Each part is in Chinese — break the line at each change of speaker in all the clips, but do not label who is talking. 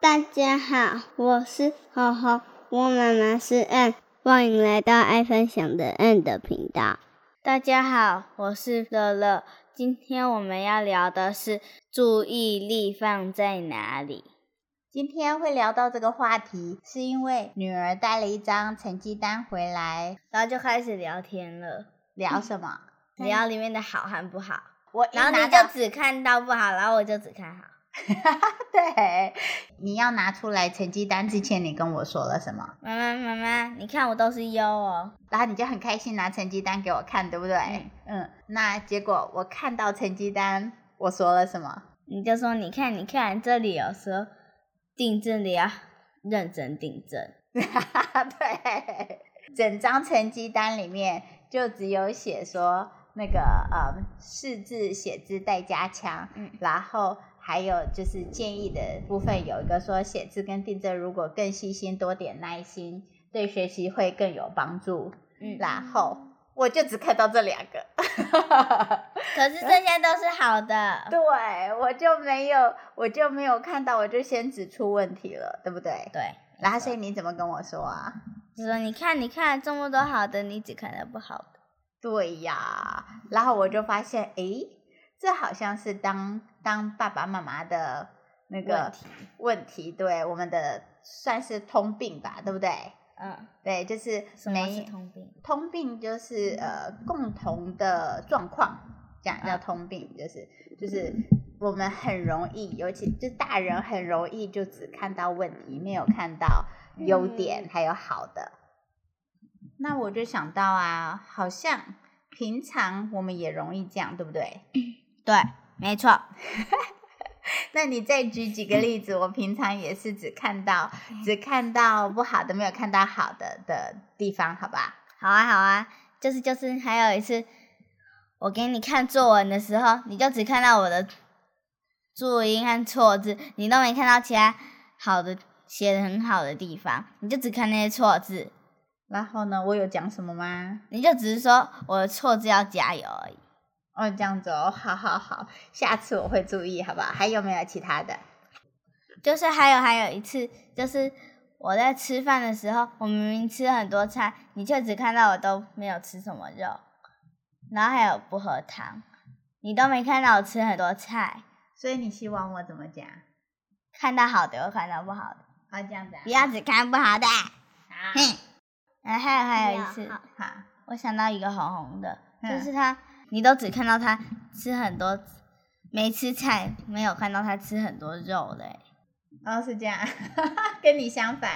大家好，我是红红，我妈妈是 N，欢迎来到爱分享的 N 的频道。
大家好，我是乐乐。今天我们要聊的是注意力放在哪里。
今天会聊到这个话题，是因为女儿带了一张成绩单回来，
然后就开始聊天了，
聊什么？
聊里面的好和不好。
我一
然后
拿
你
到
就只看到不好，然后我就只看好。
对，你要拿出来成绩单之前，你跟我说了什么？
妈妈，妈妈，你看我都是优哦。
然后你就很开心拿成绩单给我看，对不对？嗯那结果我看到成绩单，我说了什么？
你就说你看，你看这里有说订正的要认真订正。
对，整张成绩单里面就只有写说那个呃识字写字待加强，
嗯
然后还有就是建议的部分有一个说写字跟订正如果更细心多点耐心，对学习会更有帮助。
嗯
然后我就只看到这两个。
可是这些都是好的。
对，我就没有，我就没有看到，我就先指出问题了，对不对？
对，
然后所以你怎么跟我说啊？
就说你看，你看这么多好的，你只看到不好的。
对呀，然后我就发现，诶，这好像是当当爸爸妈妈的那个
问题
问题，对我们的算是通病吧，对不对？
嗯，
对，就是
什么
没
是通病？
通病就是呃共同的状况，讲叫通病，就是就是我们很容易，尤其就大人很容易就只看到问题，没有看到优点还有好的。那我就想到啊，好像平常我们也容易这样，对不对？
对，没错。
那你再举几个例子，我平常也是只看到只看到不好的，没有看到好的的地方，好吧？
好啊，好啊，就是就是，还有一次，我给你看作文的时候，你就只看到我的注音和错字，你都没看到其他好的写的很好的地方，你就只看那些错字，
然后呢，我有讲什么吗？
你就只是说我的错字要加油而已。
哦，这样子哦，好好好，下次我会注意，好不好？还有没有其他的？
就是还有还有一次，就是我在吃饭的时候，我明明吃很多菜，你却只看到我都没有吃什么肉，然后还有不喝汤，你都没看到我吃很多菜。
所以你希望我怎么讲？
看到好的，又看到不好的，
好，这样子啊
不。要只看不好的。
啊
嘿，然后还有还有一次，
好，
我想到一个红红的，就
嗯
是他，你都只看到他吃很多，没吃菜，没有看到他吃很多肉嘞。
哦，是这样， 跟你相反。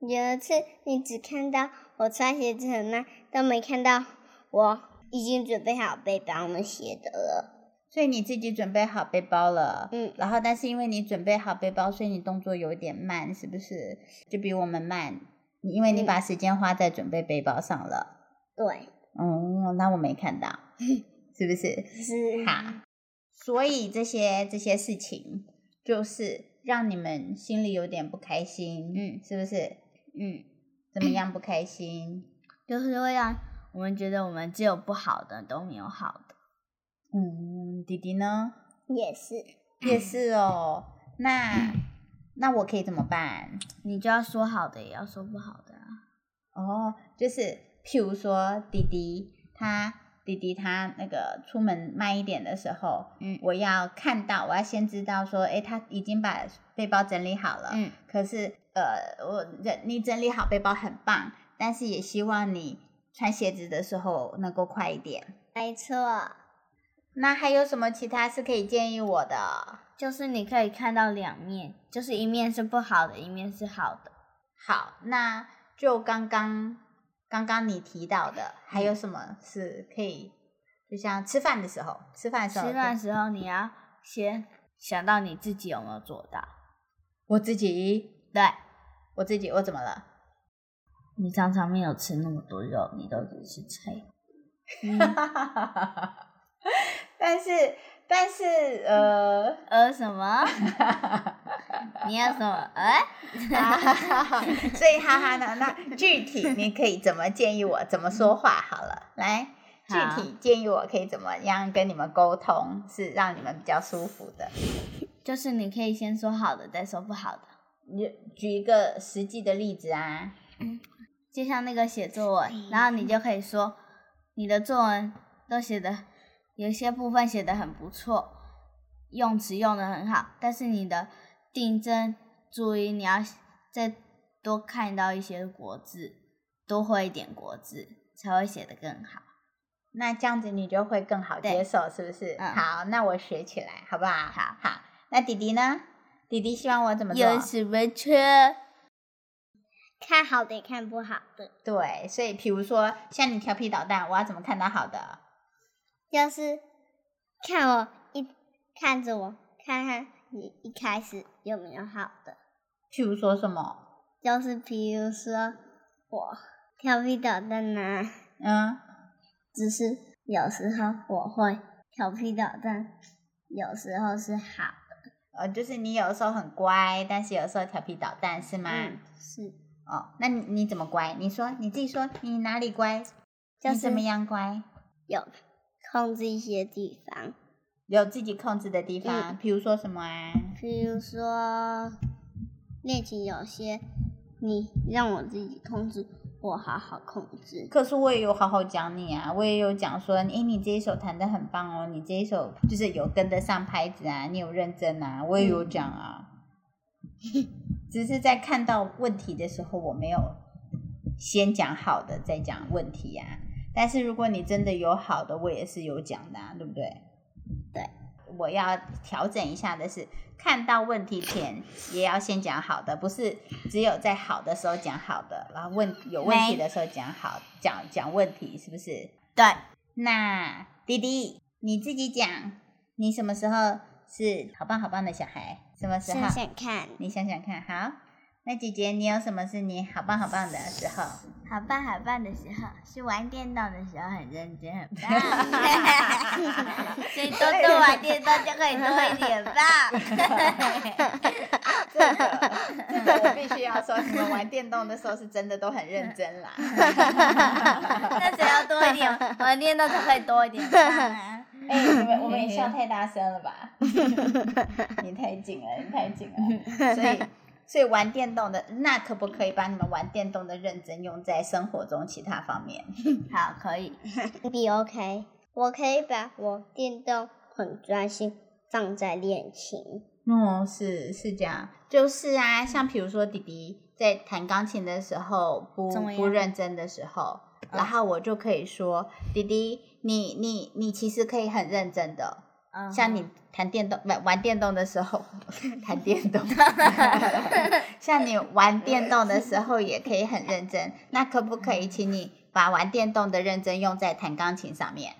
有一次你只看到我穿鞋子很慢，都没看到我已经准备好背包们写的了。
所以你自己准备好背包了，
嗯
然后但是因为你准备好背包，所以你动作有点慢，是不是？就比我们慢，因为你
嗯
把时间花在准备背包上了。
对，
哦，那我没看到， 是不是？
是
好，所以这些这些事情就是让你们心里有点不开心，
嗯，
是不是？
嗯，
怎么样不开心？
就是会让我们觉得我们只有不好的，都没有好的。
嗯，弟弟呢？
也是
也是哦。那那我可以怎么办？
嗯你就要说好的，也要说不好的啊。
哦，就是譬如说弟弟他弟弟他那个出门慢一点的时候，
嗯
我要看到，我要先知道说，诶，他已经把背包整理好了，
嗯，
可是呃，我整你整理好背包很棒，但是也希望你穿鞋子的时候能够快一点。
没错，
那还有什么其他是可以建议我的？
就是你可以看到两面，就是一面是不好的，一面是好的。
好，那就刚刚刚刚你提到的，还
嗯
有什么是可以？就像吃饭的时候，吃饭的时候，
吃饭的时候你要先想到你自己有没有做到。
我自己，
对，
我自己，我怎么了？
你常常没有吃那么多肉，你都只吃 菜。嗯
但是，但是， 呃，
呃，什么？你要什 么？哎、
所以哈哈呢，那具体你可以怎么建议我怎么说话？好了，来，
好
具体建议我可以怎么样跟你们沟通，是让你们比较舒服的。
就是你可以先说好的，再说不好的。
你就举一个实际的例子啊，
就像那个写作文，然后你就可以说你的作文都写的，有些部分写的很不错，用词用的很好，但是你的订正、注音你要再多看到一些国字，多会一点国字，才会写得更好。
那这样子你就会更好
对
接受，是不是？
嗯
好，那我学起来，好不好？好，好。那弟弟呢？弟弟希望我怎么做？
有什么缺？
看好的也看不好的，
对，所以比如说像你调皮捣蛋，我要怎么看到好的？
就是看我一看着我，看看你一开始有没有好的，
譬如说什么？
就是比如说我调皮捣蛋呐、
嗯，
只是有时候我会调皮捣蛋，有时候是好的，
呃，就是你有时候很乖，但是有时候调皮捣蛋，是吗？
嗯，是
哦，那你你怎么乖？你说你自己说，你哪里乖？
就
你
是
怎么样乖？
有控制一些地方，
有自己控制的地方，譬如说什么啊？
比如说练习有些你让我自己控制，我好好控制，
可是我也有好好讲你啊，我也有讲说，诶，你这一首弹的很棒哦，你这一首就是有跟得上拍子啊，你有认真啊，我也有讲啊， 只是在看到问题的时候，我没有先讲好的再讲问题呀、但是如果你真的有好的，我也是有讲的、啊，对不对？
对，
我要调整一下的是，看到问题前也要先讲好的，不是只有在好的时候讲好的，然后问有问题
没
的时候讲好讲讲问题，是不是？
对，
那弟弟你自己讲，你什么时候是好棒好棒的小孩？什么时候？
想想 看，
你想想看，好。那姐姐，你有什么是你好棒好棒的时候？
好棒好棒的时候是玩电动的时候很认真，很棒。所以多多玩电动就可以多一点棒。
这个，这个我必须要说，你们玩电动的时候是真的都很认真啦。
那只要多一点，玩电动才可以多一点棒啊。
哎、你们我们也笑太大声了 吧？你太近了，你太近了。所以，所以玩电动的那可不可以把你们玩电动的认真用在生活中其他方 面？
好，可以。
你 OK，我可以把我电动很专心放在练琴，
嗯，是是这样，就是啊，像比如说弟弟在弹钢琴的时候不
怎么
不
样嗯
认真的时候，然后我就可以说，弟弟，你你你其实可以很认真的，
嗯
像你弹电动不玩电动的时候， 弹电 动，像你玩电动的时候也可以很认真。那可不可以请你把玩电动的认真用在弹钢琴上面？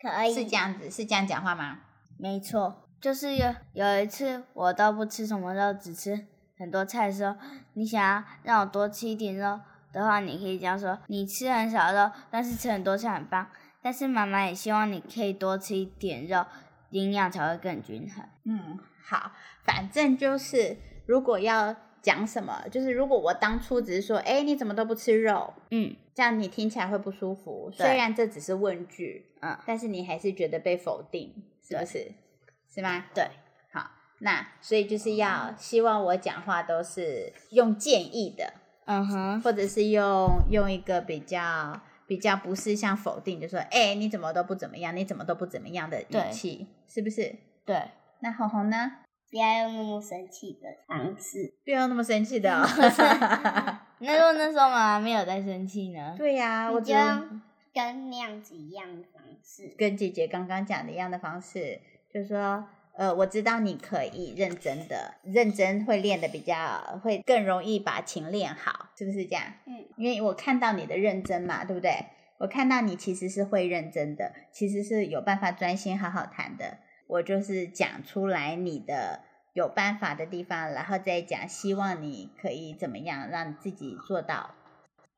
可以
是这样子，是这样讲话吗？
没错，就是有有一次我都不吃什么肉，只吃很多菜的时候，你想要让我多吃一点肉的话，你可以这样说：你吃很少肉，但是吃很多菜很棒。但是妈妈也希望你可以多吃一点肉，营养才会更均衡。
嗯，好，反正就是如果要讲什么，就是如果我当初只是说，哎，你怎么都不吃肉，
嗯
这样你听起来会不舒服。
对
虽然这只是问句，
嗯，
但是你还是觉得被否定，是不
对
是？是吗？
对，嗯
好，那所以就是要希望我讲话都是用建议的，
嗯哼，
或者是用用一个比较比较不是像否定，就说，哎，你怎么都不怎么样，你怎么都不怎么样的语
对
气，是不是？
对，
那红红呢？
不要用那么生气的方式。
不要那么生气的 哦、
嗯那如果那时候妈妈没有在生气呢？
对呀、啊我
你就
觉得
用跟那样子一样的方式，
跟姐姐刚刚讲的一样的方式，就说，呃，我知道你可以认真的，认真会练的比较，会更容易把琴练好，是不是这样？
嗯，
因为我看到你的认真嘛，对不对？我看到你其实是会认真的，其实是有办法专心好好弹的。我就是讲出来你的有办法的地方，然后再讲希望你可以怎么样让自己做到。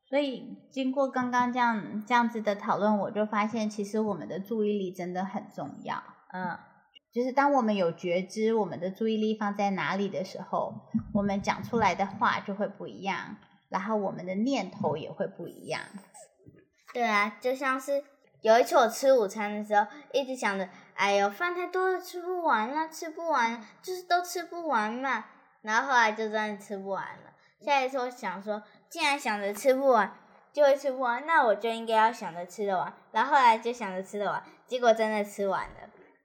所以经过刚刚这样这样子的讨论，我就发现其实我们的注意力真的很重要。
嗯，
就是当我们有觉知我们的注意力放在哪里的时候，我们讲出来的话就会不一样，然后我们的念头也会不一样。
对啊，就像是有一次我吃午餐的时候，一直想着，哎呦，饭太多了，吃不完啦，吃不完，就是都吃不完嘛。然后后来就真的吃不完了。下一次我想说，既然想着吃不完，就会吃不完，那我就应该要想着吃得完。然后后来就想着吃得完，结果真的吃完了。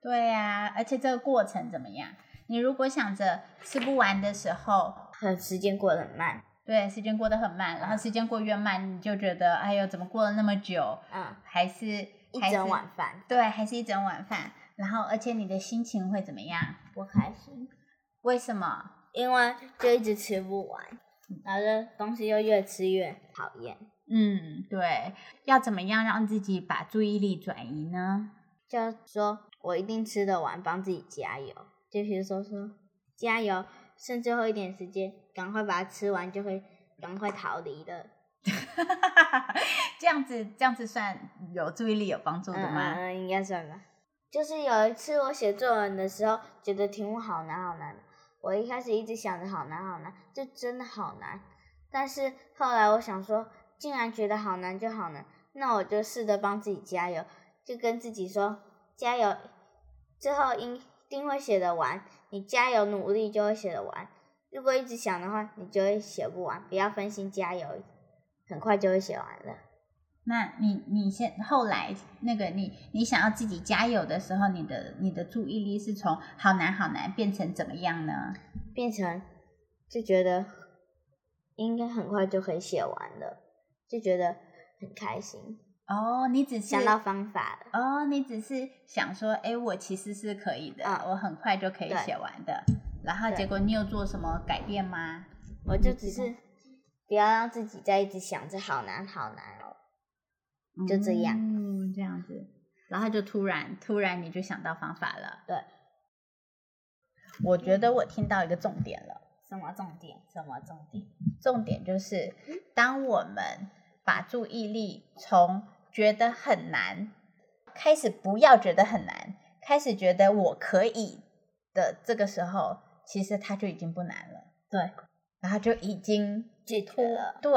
对呀、而且这个过程怎么样？你如果想着吃不完的时候，
呃，时间过得很慢，
对，时间过得很慢，然后时间过越慢，你就觉得哎呦，怎么过了那么久？
嗯，
还是
一
还是
整碗饭
对，还是一整碗饭。然后，而且你的心情会怎么样？
不开心，
为什么？
因为就一直吃不完，然后就东西就越吃越讨厌，
嗯，对，要怎么样让自己把注意力转移呢？
就说我一定吃得完，帮自己加油。就比如说说加油，剩最后一点时间，赶快把它吃完，就会赶快逃离了。
这样子，这样子算有注意力有帮助的
嗯
吗？
嗯嗯应该算吧。就是有一次我写作文的时候，觉得题目好难好难，我一开始一直想着好难好难，就真的好难。但是后来我想说，竟然觉得好难就好难，那我就试着帮自己加油，就跟自己说加油，之后一定会写得完。你加油努力就会写得完。如果一直想的话，你就会写不完。不要分心，加油，很快就会写完了。
那你你先后来那个你你想要自己加油的时候，你的你的注意力是从好难好难变成怎么样呢？
变成就觉得应该很快就可以写完了，就觉得很开心，
哦，你只是
想到方法了。
哦，你只是想说，哎，我其实是可以的，
嗯
我很快就可以
对
写完的。然后
对
结果你有做什么改变吗？
我就只是不要让自己再一直想着好难好难哦，就这样
嗯，这样子，然后就突然突然你就想到方法了。
对，
我觉得我听到一个重点了，
什么重点？什么重点？嗯
重点就是当我们把注意力从觉得很难开始，不要觉得很难，开始觉得我可以的这个时候，其实它就已经不难了。
对，
然后就已经
解脱了。
对，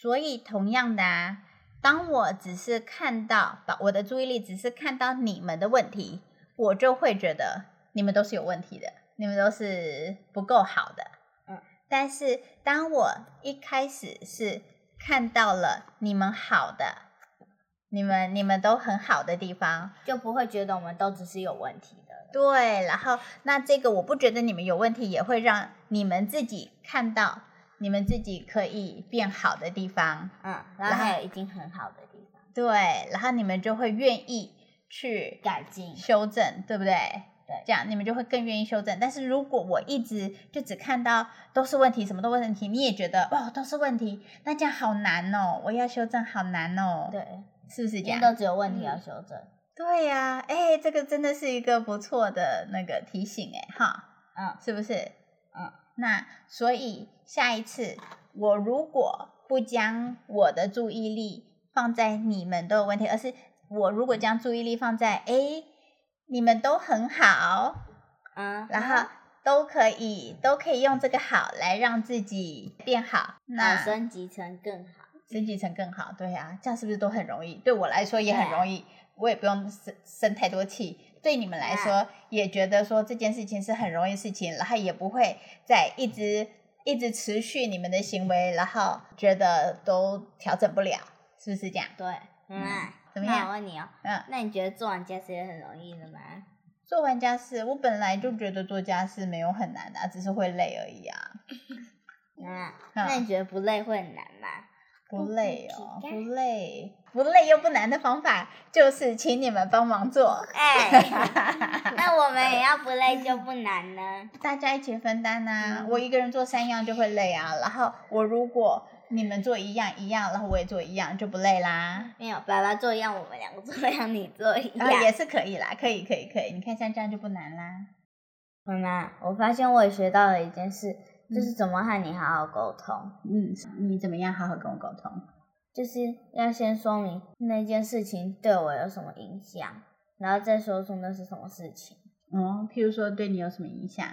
所以同样的啊，当我只是看到把我的注意力只是看到你们的问题，我就会觉得你们都是有问题的，你们都是不够好的。
嗯，
但是当我一开始是看到了你们好的，你们你们都很好的地方，
就不会觉得我们都只是有问题的。
对，然后那这个我不觉得你们有问题，也会让你们自己看到你们自己可以变好的地方。
嗯，然后还有已经很好的地方，
对，然后你们就会愿意去
改进。
修正，对不对？
对
这样你们就会更愿意修正。但是如果我一直就只看到都是问题，什么都问题，你也觉得哦都是问题，那这样好难哦，我要修正好难哦，，
对，
是不是这
因为
样？嗯
都只有问题要修正。
对呀、哎，这个真的是一个不错的那个提醒，哎，哈，
嗯，
是不是？
嗯，
那所以下一次我如果不将我的注意力放在你们都有问题，而是我如果将注意力放在哎，你们都很好，
嗯，
然后都可以都可以用这个好来让自己变好，那
呃升级成更好。
升级成更好，对啊，这样是不是都很容易？对我来说也很
对啊
容易，我也不用生生太多气。对你们来
对啊
说、也觉得说这件事情是很容易的事情，然后也不会再一直一直持续你们的行为，然后觉得都调整不了，是不是这样？
对，嗯，
怎么
那
样
我问你哦，
嗯，
那你觉得做完家事也很容易的吗？
做完家事，我本来就觉得做家事没有很难的、啊，只是会累而已啊，
嗯，那你觉得不累会很难 吗？
不累哦，
体
不
干
累，不累又不难的方法就是请你们帮忙做。
哎，那我们也要不累就不难呢。
大家一起分担呐、我一个人做三样就会累啊，然后我如果你们做一样一样，然后我也做一样就不累啦。
没有，爸爸做一样，我们两个做一样，你做一
啊，也
样。
是可以啦，可以可以可以，你看像这样就不难啦。
妈妈，嗯我发现我也学到了一件事，就是怎么和你好好沟通，
嗯，你怎么样好好跟我沟通？
就是要先说明那件事情对我有什么影响，然后再说出那是什么事情。
哦，譬如说对你有什么影响？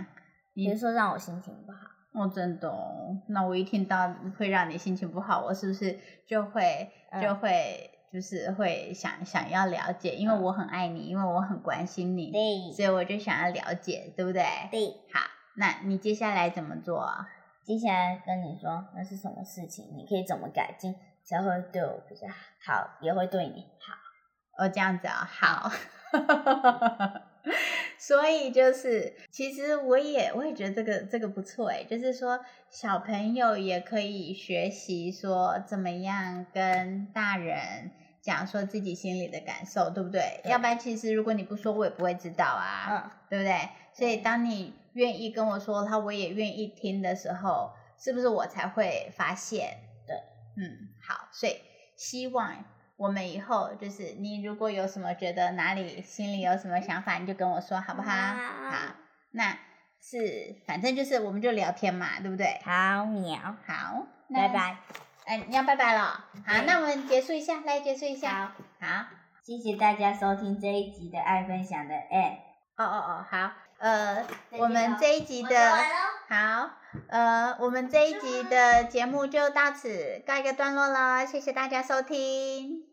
比如说让我心情不好，
哦，真的哦，那我一听到会让你心情不好，我是不是就会
嗯
就会、就是会想想要了解，因为我很爱你，因为我很关心你，
对
所以我就想要了解，对不对？
对，
好，那你接下来怎么做啊？
接下来跟你说那是什么事情，你可以怎么改进，才会对我比较好，也会对你好。
哦，这样子啊、哦，好。 所以就是，其实我也我也觉得这个这个不错诶，就是说小朋友也可以学习说怎么样跟大人讲说自己心里的感受，对不对？
对
要不然其实如果你不说，我也不会知道啊。
嗯，
对不对？所以当你愿意跟我说他，我也愿意听的时候，是不是我才会发现？
对，
嗯，好，所以希望我们以后就是你如果有什么觉得哪里心里有什么想法，你就跟我说好不好？
啊
好
好，那是反正就是我们就聊天嘛，对不对？
好鸟，
好，那
拜。拜，
哎、你要拜拜了。好，
对
那我们结束一下，来结束一下。好，好。
谢谢大家收听这一集的爱分享的 N，
哦哦哦，好，呃，
见哦
我们
喽
这一集的好，呃，我们这一集的节目就到此告一个段落了，谢谢大家收听。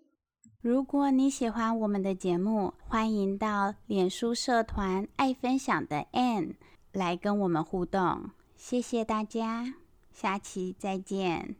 如果你喜欢我们的节目，欢迎到脸书社团“爱分享的 Ann” 来跟我们互动。谢谢大家，下期再见。